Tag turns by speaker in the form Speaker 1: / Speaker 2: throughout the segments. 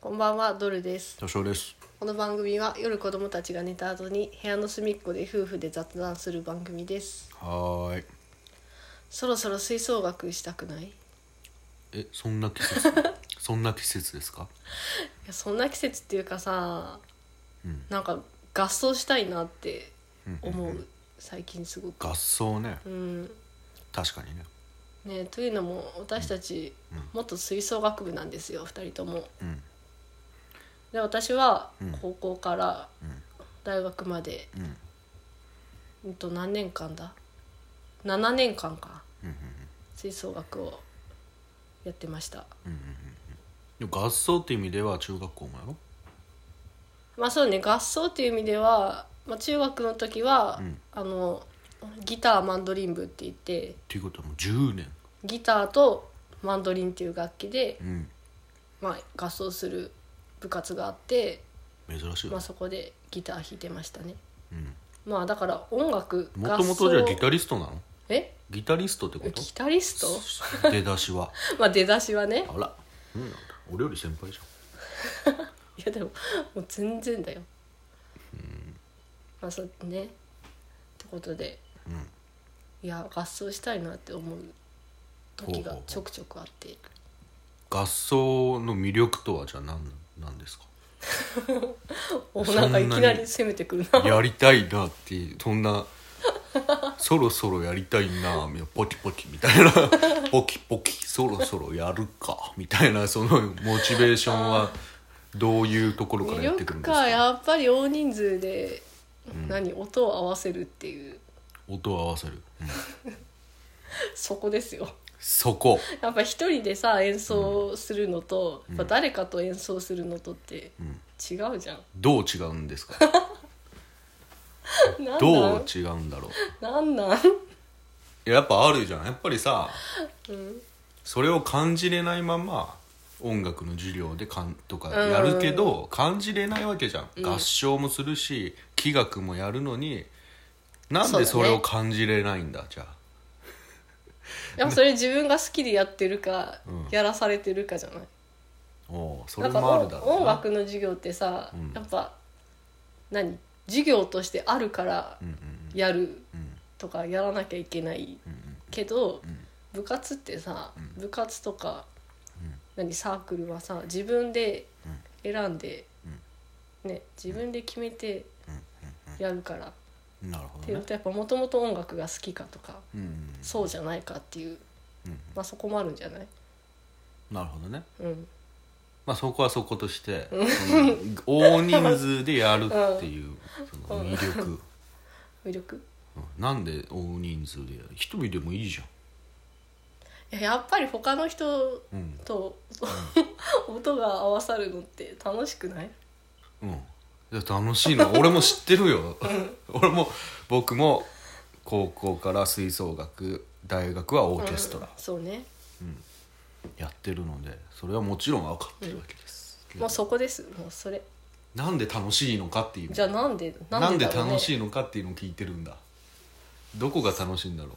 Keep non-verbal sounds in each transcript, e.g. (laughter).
Speaker 1: こんばんはドルです
Speaker 2: 多少です
Speaker 1: この番組は夜子供たちが寝た後に部屋の隅っこで夫婦で雑談する番組です
Speaker 2: はーい
Speaker 1: そろそろ吹奏楽したくないい
Speaker 2: えそんな季 (laughs) 節そんな季節ですか
Speaker 1: やそんな季節っていうかさ
Speaker 2: うん
Speaker 1: なんか合奏したいなって思
Speaker 2: んん
Speaker 1: う最近すごく
Speaker 2: 合奏ね
Speaker 1: うん
Speaker 2: 確かにね
Speaker 1: ねというのも私たち
Speaker 2: うん
Speaker 1: 元吹奏楽部なんですよ2人とも
Speaker 2: うん
Speaker 1: で私は
Speaker 2: うん
Speaker 1: 高校から
Speaker 2: うん
Speaker 1: 大学まで、
Speaker 2: うんうん
Speaker 1: うんと何年間だ7年間か
Speaker 2: うん
Speaker 1: 吹奏楽をやってました
Speaker 2: うんうんうんうんでも合奏って意味では中学校もやろ
Speaker 1: まあそうね合奏っていう意味では、まあ、中学の時は、
Speaker 2: うん
Speaker 1: あのギターマンドリン部って言って
Speaker 2: っていうことはもう10年
Speaker 1: ギターとマンドリンっていう楽器で、
Speaker 2: うん
Speaker 1: まあ、合奏する部活があって、
Speaker 2: 珍しいよ
Speaker 1: まあ、
Speaker 2: ね
Speaker 1: そこでギター弾いてましたね
Speaker 2: うん
Speaker 1: まあだから音楽
Speaker 2: もともとじゃあギタリストなの
Speaker 1: え
Speaker 2: ギタリストってこ
Speaker 1: ギ
Speaker 2: と
Speaker 1: タリスト
Speaker 2: 出だしは
Speaker 1: まあ出だしはね
Speaker 2: (laughs) あらうんなんだ俺より先輩じゃん
Speaker 1: いやでももう全然だよ、まあそうねってことで、
Speaker 2: ん
Speaker 1: いや合奏したいなって思う時がちょくちょくあって
Speaker 2: 合奏の魅力とはじゃあ何なんですか
Speaker 1: お
Speaker 2: そん
Speaker 1: な
Speaker 2: なんに
Speaker 1: かいきなり攻めてくるな
Speaker 2: やりたいなっていうそんなそろそろやりたいなポキポキみたいなポキポキそろそろやるかみたいなそのモチベーションはどういうところか
Speaker 1: 魅
Speaker 2: らやってく
Speaker 1: 力
Speaker 2: るんです
Speaker 1: か
Speaker 2: か
Speaker 1: やっぱり大人数で、何音を合わせるっていう
Speaker 2: 音を合わせる、うん
Speaker 1: そこですよ
Speaker 2: そこ
Speaker 1: やっぱ一人でさ演奏するのと、やっぱ誰かと演奏するのとって違うじゃん、
Speaker 2: どう違うんですか
Speaker 1: なんなん
Speaker 2: どう違うんだろう
Speaker 1: なんなん
Speaker 2: いややっぱあるじゃんやっぱりさ
Speaker 1: うん
Speaker 2: それを感じれないまま音楽の授業でかんとかやるけど、感じれないわけじゃん、合唱もするし器楽もやるのになんでそれを感じれないんだじゃあ
Speaker 1: やっぱそれ自分が好きでやってるか、
Speaker 2: うん
Speaker 1: やらされてるかじゃない
Speaker 2: おうそ
Speaker 1: な
Speaker 2: れ
Speaker 1: んか
Speaker 2: もあるだろう
Speaker 1: 音楽の授業ってさ、
Speaker 2: うん
Speaker 1: やっぱ何授業としてあるから
Speaker 2: うんうん
Speaker 1: やる
Speaker 2: うん
Speaker 1: とかやらなきゃいけない
Speaker 2: うんうん
Speaker 1: けど、
Speaker 2: ん
Speaker 1: 部活ってさ、部活とか、
Speaker 2: うん
Speaker 1: 何サークルはさ自分で
Speaker 2: うん
Speaker 1: 選んで、ね、自分で決めてやるから、
Speaker 2: うんなるほ
Speaker 1: って
Speaker 2: ど
Speaker 1: い
Speaker 2: ね
Speaker 1: うとやっぱもともと音楽が好きかとか、
Speaker 2: うん
Speaker 1: そうじゃないかっていう、
Speaker 2: うん
Speaker 1: まあ、そこもあるんじゃない、
Speaker 2: うんなるほどね
Speaker 1: うん、
Speaker 2: まあそこはそことしてその大人数でやるっ
Speaker 1: (laughs)
Speaker 2: ていうその魅力
Speaker 1: 魅力
Speaker 2: うんなんで大人数でやる一人でもいいじゃ
Speaker 1: いややっぱり他の人
Speaker 2: んうん
Speaker 1: と (laughs) 音が合わさるのって楽しくない
Speaker 2: うん、いや楽しいの俺も知ってるよ、 (laughs) 俺も僕も高校から吹奏楽大学はオーケストラ
Speaker 1: うんそうね
Speaker 2: やってるのでそれはもちろん分かってるわけです、けど
Speaker 1: もうそこですもうそれ
Speaker 2: なんで楽しいのかっていう
Speaker 1: じゃあなんで
Speaker 2: なんで
Speaker 1: だろうね
Speaker 2: 楽しいのかっていうのを聞いてるんだどこが楽しいんだろう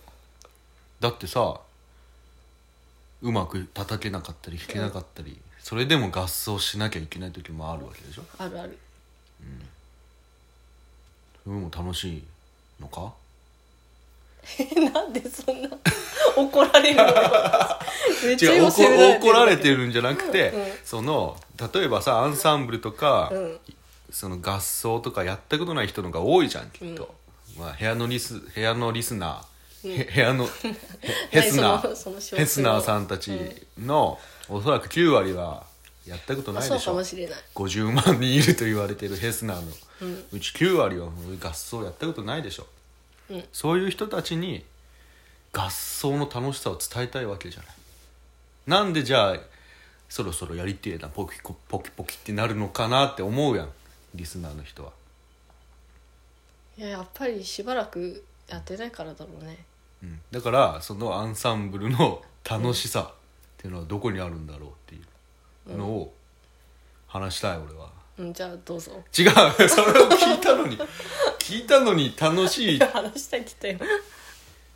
Speaker 2: だってさうまく叩けなかったり弾けなかったり、それでも合奏しなきゃいけない時もあるわけでしょ
Speaker 1: あるあ (laughs) る
Speaker 2: それも楽しいのか
Speaker 1: えなんでそんな (laughs) 怒られ
Speaker 2: (laughs)
Speaker 1: るのめっちゃ
Speaker 2: 違う
Speaker 1: 今責められてる
Speaker 2: 怒怒られてるんじゃなくて、
Speaker 1: うんうん
Speaker 2: その例えばさアンサンブルとか、
Speaker 1: うん
Speaker 2: その合奏とかやったことない人の方が多いじゃんきっと、まあ、部屋のリス部屋のリスナー、へ (laughs) 部屋のへヘス
Speaker 1: (laughs)
Speaker 2: ナ
Speaker 1: 何そのそ
Speaker 2: ー
Speaker 1: の
Speaker 2: ヘスナーさんたちの、おそらく9割はやったこと
Speaker 1: あ
Speaker 2: ない
Speaker 1: そ
Speaker 2: で
Speaker 1: う
Speaker 2: し
Speaker 1: か
Speaker 2: ょ
Speaker 1: もしれない
Speaker 2: 50万人いると言われてるヘスナーの、うち9割は合奏やったことないでしょ、
Speaker 1: うん
Speaker 2: そういう人たちに合奏の楽しさを伝えたいわけじゃないなんでじゃあそろそろやりてえなポキコポキポキってなるのかなって思うやんリスナーの人はい
Speaker 1: ややっぱりしばらくやってないからだろうね
Speaker 2: うんだからそのアンサンブルの楽しさっていうのはどこにあるんだろうっていうのを話したい俺は
Speaker 1: うんじゃあどうぞ
Speaker 2: 違うそれを聞いたのに聞いたのに楽し
Speaker 1: (laughs)
Speaker 2: い
Speaker 1: 話したいって言ったよ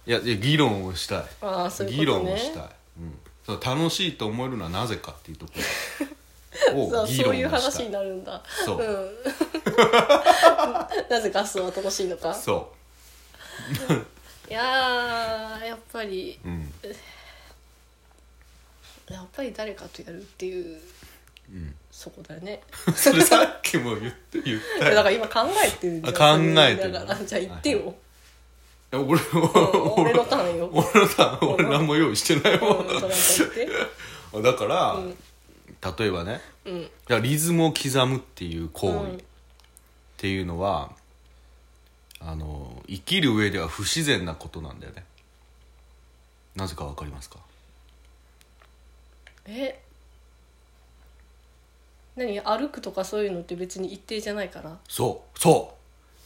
Speaker 2: いやいや議論をしたい
Speaker 1: ああそうい
Speaker 2: 議
Speaker 1: うこと
Speaker 2: 論
Speaker 1: ね
Speaker 2: をしたい、うん、その楽しいと思えるのはなぜかっていうところを
Speaker 1: (laughs)
Speaker 2: 議
Speaker 1: そう
Speaker 2: 論
Speaker 1: いう
Speaker 2: をした
Speaker 1: 話になるん (laughs) だ
Speaker 2: そうん
Speaker 1: なぜガスは楽しいのか
Speaker 2: そ
Speaker 1: いやーやっぱり
Speaker 2: ううん
Speaker 1: やっぱり誰かとやるっていう、そこだよ
Speaker 2: (laughs)
Speaker 1: ね
Speaker 2: それさっきも言って言った
Speaker 1: だ
Speaker 2: よ
Speaker 1: から今考えてるじゃん
Speaker 2: あ考えてる
Speaker 1: だからじゃあ言ってよ、
Speaker 2: 俺 (laughs) 俺
Speaker 1: うん俺のタ
Speaker 2: (laughs)
Speaker 1: ーンよ、
Speaker 2: 俺のターン俺何も用意してないも
Speaker 1: うん、トランプ言って
Speaker 2: んだから、
Speaker 1: うん
Speaker 2: 例えばね
Speaker 1: うん
Speaker 2: だからリズムを刻むっていう行為っていうのは、あの生きる上では不自然なことなんだよねなぜかわかりますか
Speaker 1: え何歩くとかそういうのって別に一定じゃないから
Speaker 2: そうそ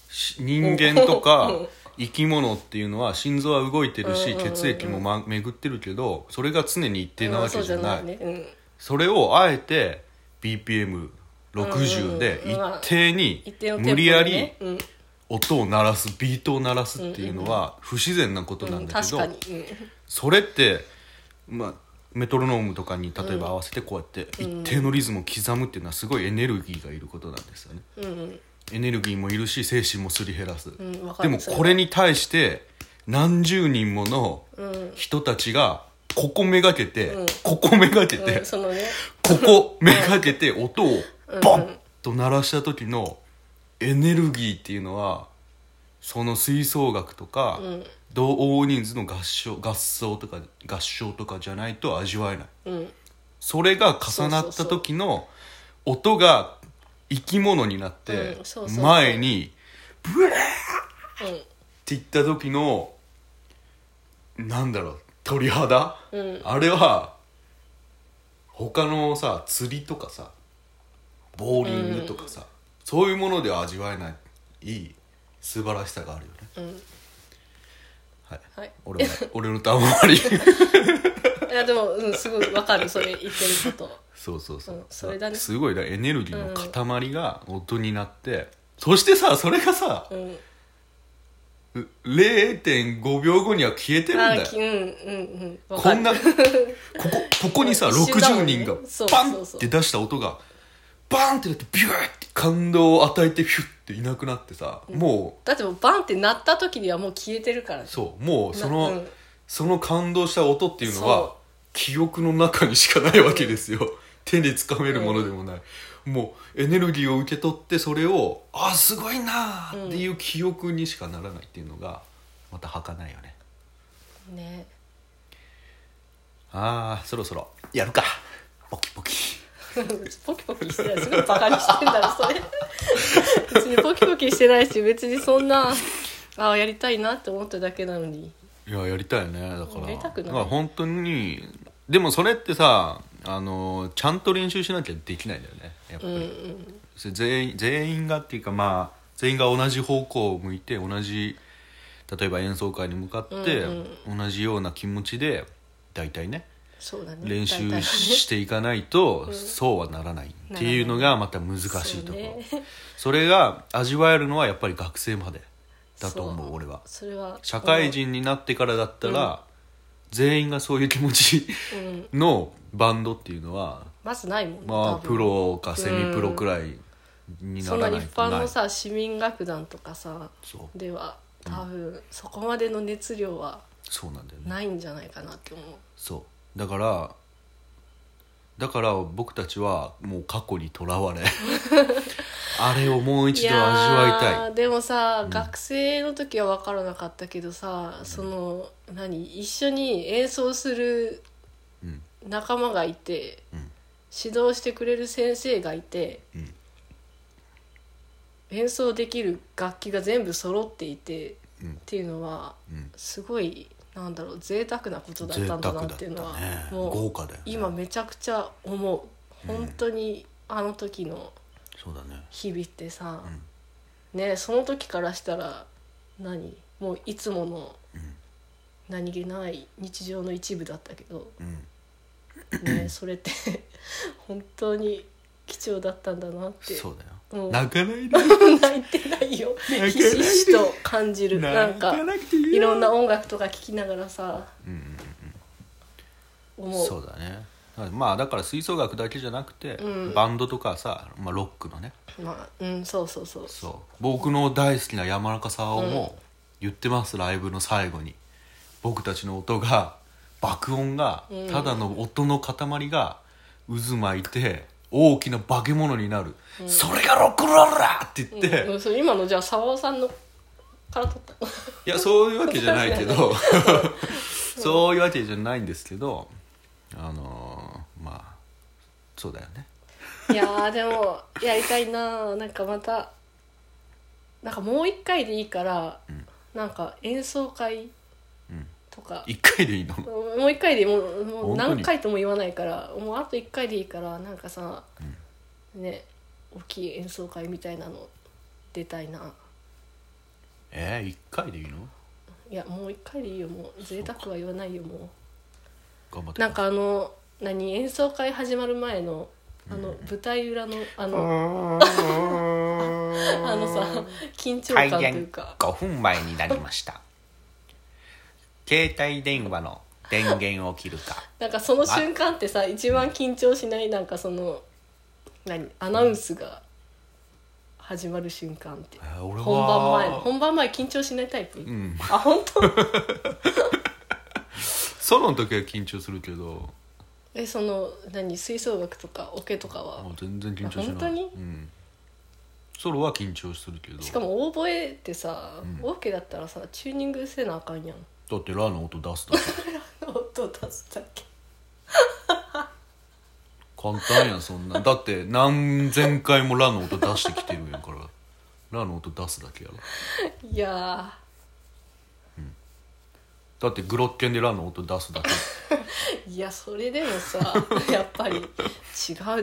Speaker 2: うし人間とか
Speaker 1: うん
Speaker 2: 生き物っていうのは心臓は動いてる
Speaker 1: うん
Speaker 2: し
Speaker 1: うんうんうん
Speaker 2: 血液も、ま、巡ってるけどそれが常に一定なわけじゃない、
Speaker 1: うんそうじゃないね、うん、
Speaker 2: それをあえて
Speaker 1: うん
Speaker 2: BPM60 で
Speaker 1: うんうん
Speaker 2: 一定に
Speaker 1: 一定の
Speaker 2: 無理やり、
Speaker 1: ねうん
Speaker 2: 音を鳴らすビートを鳴らすっていうのは不自然なことな
Speaker 1: うんん、
Speaker 2: だけ
Speaker 1: 確
Speaker 2: ど、
Speaker 1: かに、うん
Speaker 2: それって、まあ、メトロノームとかに例えば合わせてこうやって一定のリズムを刻むっていうのはすごいエネルギーがいることなんですよね
Speaker 1: うん
Speaker 2: エネルギーもいるし精神もすり減らす、
Speaker 1: うんわかる
Speaker 2: でも
Speaker 1: それは
Speaker 2: これに対して何十人もの
Speaker 1: うん
Speaker 2: 人たちがここめがけて、
Speaker 1: うん
Speaker 2: ここめがけて、
Speaker 1: うん、その
Speaker 2: (laughs)
Speaker 1: ね
Speaker 2: ここめがけて音をボ
Speaker 1: うんう
Speaker 2: ンと鳴らした時のエネルギーっていうのはその吹奏楽とか、
Speaker 1: うん
Speaker 2: 同大人数の合唱合奏とか合唱とかじゃないと味わえない
Speaker 1: うん
Speaker 2: それが重なった時の音が生き物になって
Speaker 1: うんそうそうそう
Speaker 2: 前に
Speaker 1: うん
Speaker 2: っていった時のなんだろう鳥肌、
Speaker 1: うん
Speaker 2: あれは他のさ釣りとかさボーリングとかさ、そういうものでは味わえないいい素晴らしさがあるよね
Speaker 1: うん
Speaker 2: はい
Speaker 1: はい
Speaker 2: 俺は俺の (laughs) たまわ
Speaker 1: (laughs)
Speaker 2: り
Speaker 1: いやでも、うん、すごいわかるそれ言ってること
Speaker 2: そうそうそう、
Speaker 1: うんそれだね
Speaker 2: すごいだエネルギーの塊が音になって、そしてさそれがさ
Speaker 1: うん
Speaker 2: う0.5秒後には消えてるんだ
Speaker 1: あ
Speaker 2: よ
Speaker 1: きうんうんうんわか
Speaker 2: こ
Speaker 1: る
Speaker 2: んなこここ
Speaker 1: (laughs)
Speaker 2: こにさ
Speaker 1: 一瞬だも
Speaker 2: 60
Speaker 1: んね
Speaker 2: 人が
Speaker 1: そう
Speaker 2: バン
Speaker 1: そう
Speaker 2: っ
Speaker 1: そう
Speaker 2: て出した音がバンってなってビューって感動を与えてヒュッていなくなってさ、も
Speaker 1: だってもうバンって鳴った時にはもう消えてるからね
Speaker 2: うそうもうその、
Speaker 1: なうん
Speaker 2: その感動した音っていうの
Speaker 1: そう
Speaker 2: は記憶の中にしかないわけですよ、手につかめるものでもない、もうエネルギーを受け取ってそれをあすごいなあっていう記憶にしかならないっていうのがまた儚いよね
Speaker 1: ね (laughs)
Speaker 2: あーそろそろやるかポキポキ
Speaker 1: ポキポキしてないすごいバカにしてんだろそれ (laughs) 別にポキポキしてないし別にそんなああやりたいなって思っただけなのに
Speaker 2: いややりたいねだから
Speaker 1: やりたくない
Speaker 2: だから本当にでもそれってさあのちゃんと練習しなきゃできないんだよねやっぱ
Speaker 1: う
Speaker 2: り、
Speaker 1: んうん
Speaker 2: それ全員全員がっていうかまあ全員が同じ方向を向いて同じ例えば演奏会に向かって、
Speaker 1: うん
Speaker 2: 同じような気持ちで大体ね
Speaker 1: そうだね
Speaker 2: 練
Speaker 1: 大
Speaker 2: 習
Speaker 1: 体はね
Speaker 2: していかないと、そうはならないっていうのがまた難しいところ
Speaker 1: そうね
Speaker 2: そ,、れが味わえるのはやっぱり学生までだと思
Speaker 1: そう
Speaker 2: 俺は
Speaker 1: それは
Speaker 2: 社会人になってからだったら、全員がそういう気持ち
Speaker 1: うん
Speaker 2: のバンドっていうのは
Speaker 1: まずないもん
Speaker 2: まあ
Speaker 1: 多分
Speaker 2: プロかセミプロくらいにな
Speaker 1: そんな
Speaker 2: らない
Speaker 1: 一般
Speaker 2: な
Speaker 1: の
Speaker 2: い
Speaker 1: さ市民楽団とかさ
Speaker 2: そう
Speaker 1: では多分そこまでの熱量は
Speaker 2: そうなんだよね
Speaker 1: ないんじゃないかなって思う
Speaker 2: そうだからだから僕たちはもう過去にとらわ
Speaker 1: (laughs)
Speaker 2: れあれをもう一度味わいたい
Speaker 1: やーでもさ、学生の時は分からなかったけどさその何一緒に演奏する
Speaker 2: うん
Speaker 1: 仲間がいて、
Speaker 2: うん
Speaker 1: 指導してくれる先生がいて、
Speaker 2: うん
Speaker 1: 演奏できる楽器が全部揃っていて、
Speaker 2: うん
Speaker 1: っていうのは
Speaker 2: うん
Speaker 1: すごいなんだろう贅沢なことだっ
Speaker 2: 贅
Speaker 1: た
Speaker 2: 沢
Speaker 1: ん
Speaker 2: だ
Speaker 1: だ
Speaker 2: っ
Speaker 1: なったていう
Speaker 2: ね
Speaker 1: のはも
Speaker 2: 豪
Speaker 1: う
Speaker 2: 華だよね
Speaker 1: 今めちゃくちゃ思う本当にあの時の
Speaker 2: そうだね
Speaker 1: 日々ってさ、
Speaker 2: うん
Speaker 1: ねその時からしたら何もういつもの
Speaker 2: うん
Speaker 1: 何気ない日常の一部だったけ
Speaker 2: (clears throat)
Speaker 1: ど、
Speaker 2: うん
Speaker 1: ね、それって (laughs) 本当に貴重だったんだなって
Speaker 2: そうだ
Speaker 1: う
Speaker 2: よ
Speaker 1: ん
Speaker 2: 泣かないで
Speaker 1: 泣いてないよ
Speaker 2: 泣かない
Speaker 1: ひしひしと感じる (laughs) なん
Speaker 2: 泣
Speaker 1: か
Speaker 2: かなくていいよ
Speaker 1: いろんな音楽とか聴きながらさ
Speaker 2: うんうん
Speaker 1: 思う
Speaker 2: そうだねまあだから吹奏楽だけじゃなくて、バンドとかさ、まあ、ロックのね
Speaker 1: まあうんそうそうそう
Speaker 2: そう僕の大好きな山中さんも言ってます、ライブの最後に僕たちの音が爆音がただの音の塊が渦巻いて大きな化け物になる、それがロックンロールだって言って、
Speaker 1: う
Speaker 2: い
Speaker 1: ん、そう今のじゃあ沢尾さんのから取った
Speaker 2: やそういうわけじゃない
Speaker 1: (laughs)
Speaker 2: けどそういうわけじゃないんですけどあのーまあそうだよね
Speaker 1: いやーでもやりたいなーなんかまたなんかもう一回でいいから、なんか演奏会
Speaker 2: うん
Speaker 1: とか、
Speaker 2: 一回でいいの
Speaker 1: もう一回でもうもう
Speaker 2: 本当に
Speaker 1: 何回とも言わないからもうあと一回でいいからなんかさ、ね大きい演奏会みたいなの出たいな
Speaker 2: えー、一回でいいの
Speaker 1: いやもう一回でいいよもう贅沢は言わないよも
Speaker 2: 頑張っ
Speaker 1: う
Speaker 2: て
Speaker 1: なんかあの何演奏会始まる前のあの舞台裏のあの、あのさ緊張感というか
Speaker 3: 5分前になりました携帯電話の電源を切るか
Speaker 1: なんかその瞬間ってさ一番緊張しないなんかその何アナウンスが始まる瞬間って
Speaker 2: (laughs) えー俺は
Speaker 1: 本番前本番前緊張しないタイプ、
Speaker 2: うん
Speaker 1: あ本当 (laughs)
Speaker 2: ソロの時は緊張するけど
Speaker 1: えその何吹奏楽とかオケとかは
Speaker 2: もう全然緊張しない
Speaker 1: あ本当に
Speaker 2: うん、ソロは緊張するけど
Speaker 1: しかもオーボエってさ、オケだったらさチューニングせなあかんやん
Speaker 2: だってラの音出すだけ
Speaker 1: 音出すだけ
Speaker 2: 簡単やんそんなだって何千回もラの音出してきてるんやからラの音出すだけやろ
Speaker 1: いや
Speaker 2: だってグロッケンでラの音出すだけ
Speaker 1: ーいやそれでもさやっぱり違う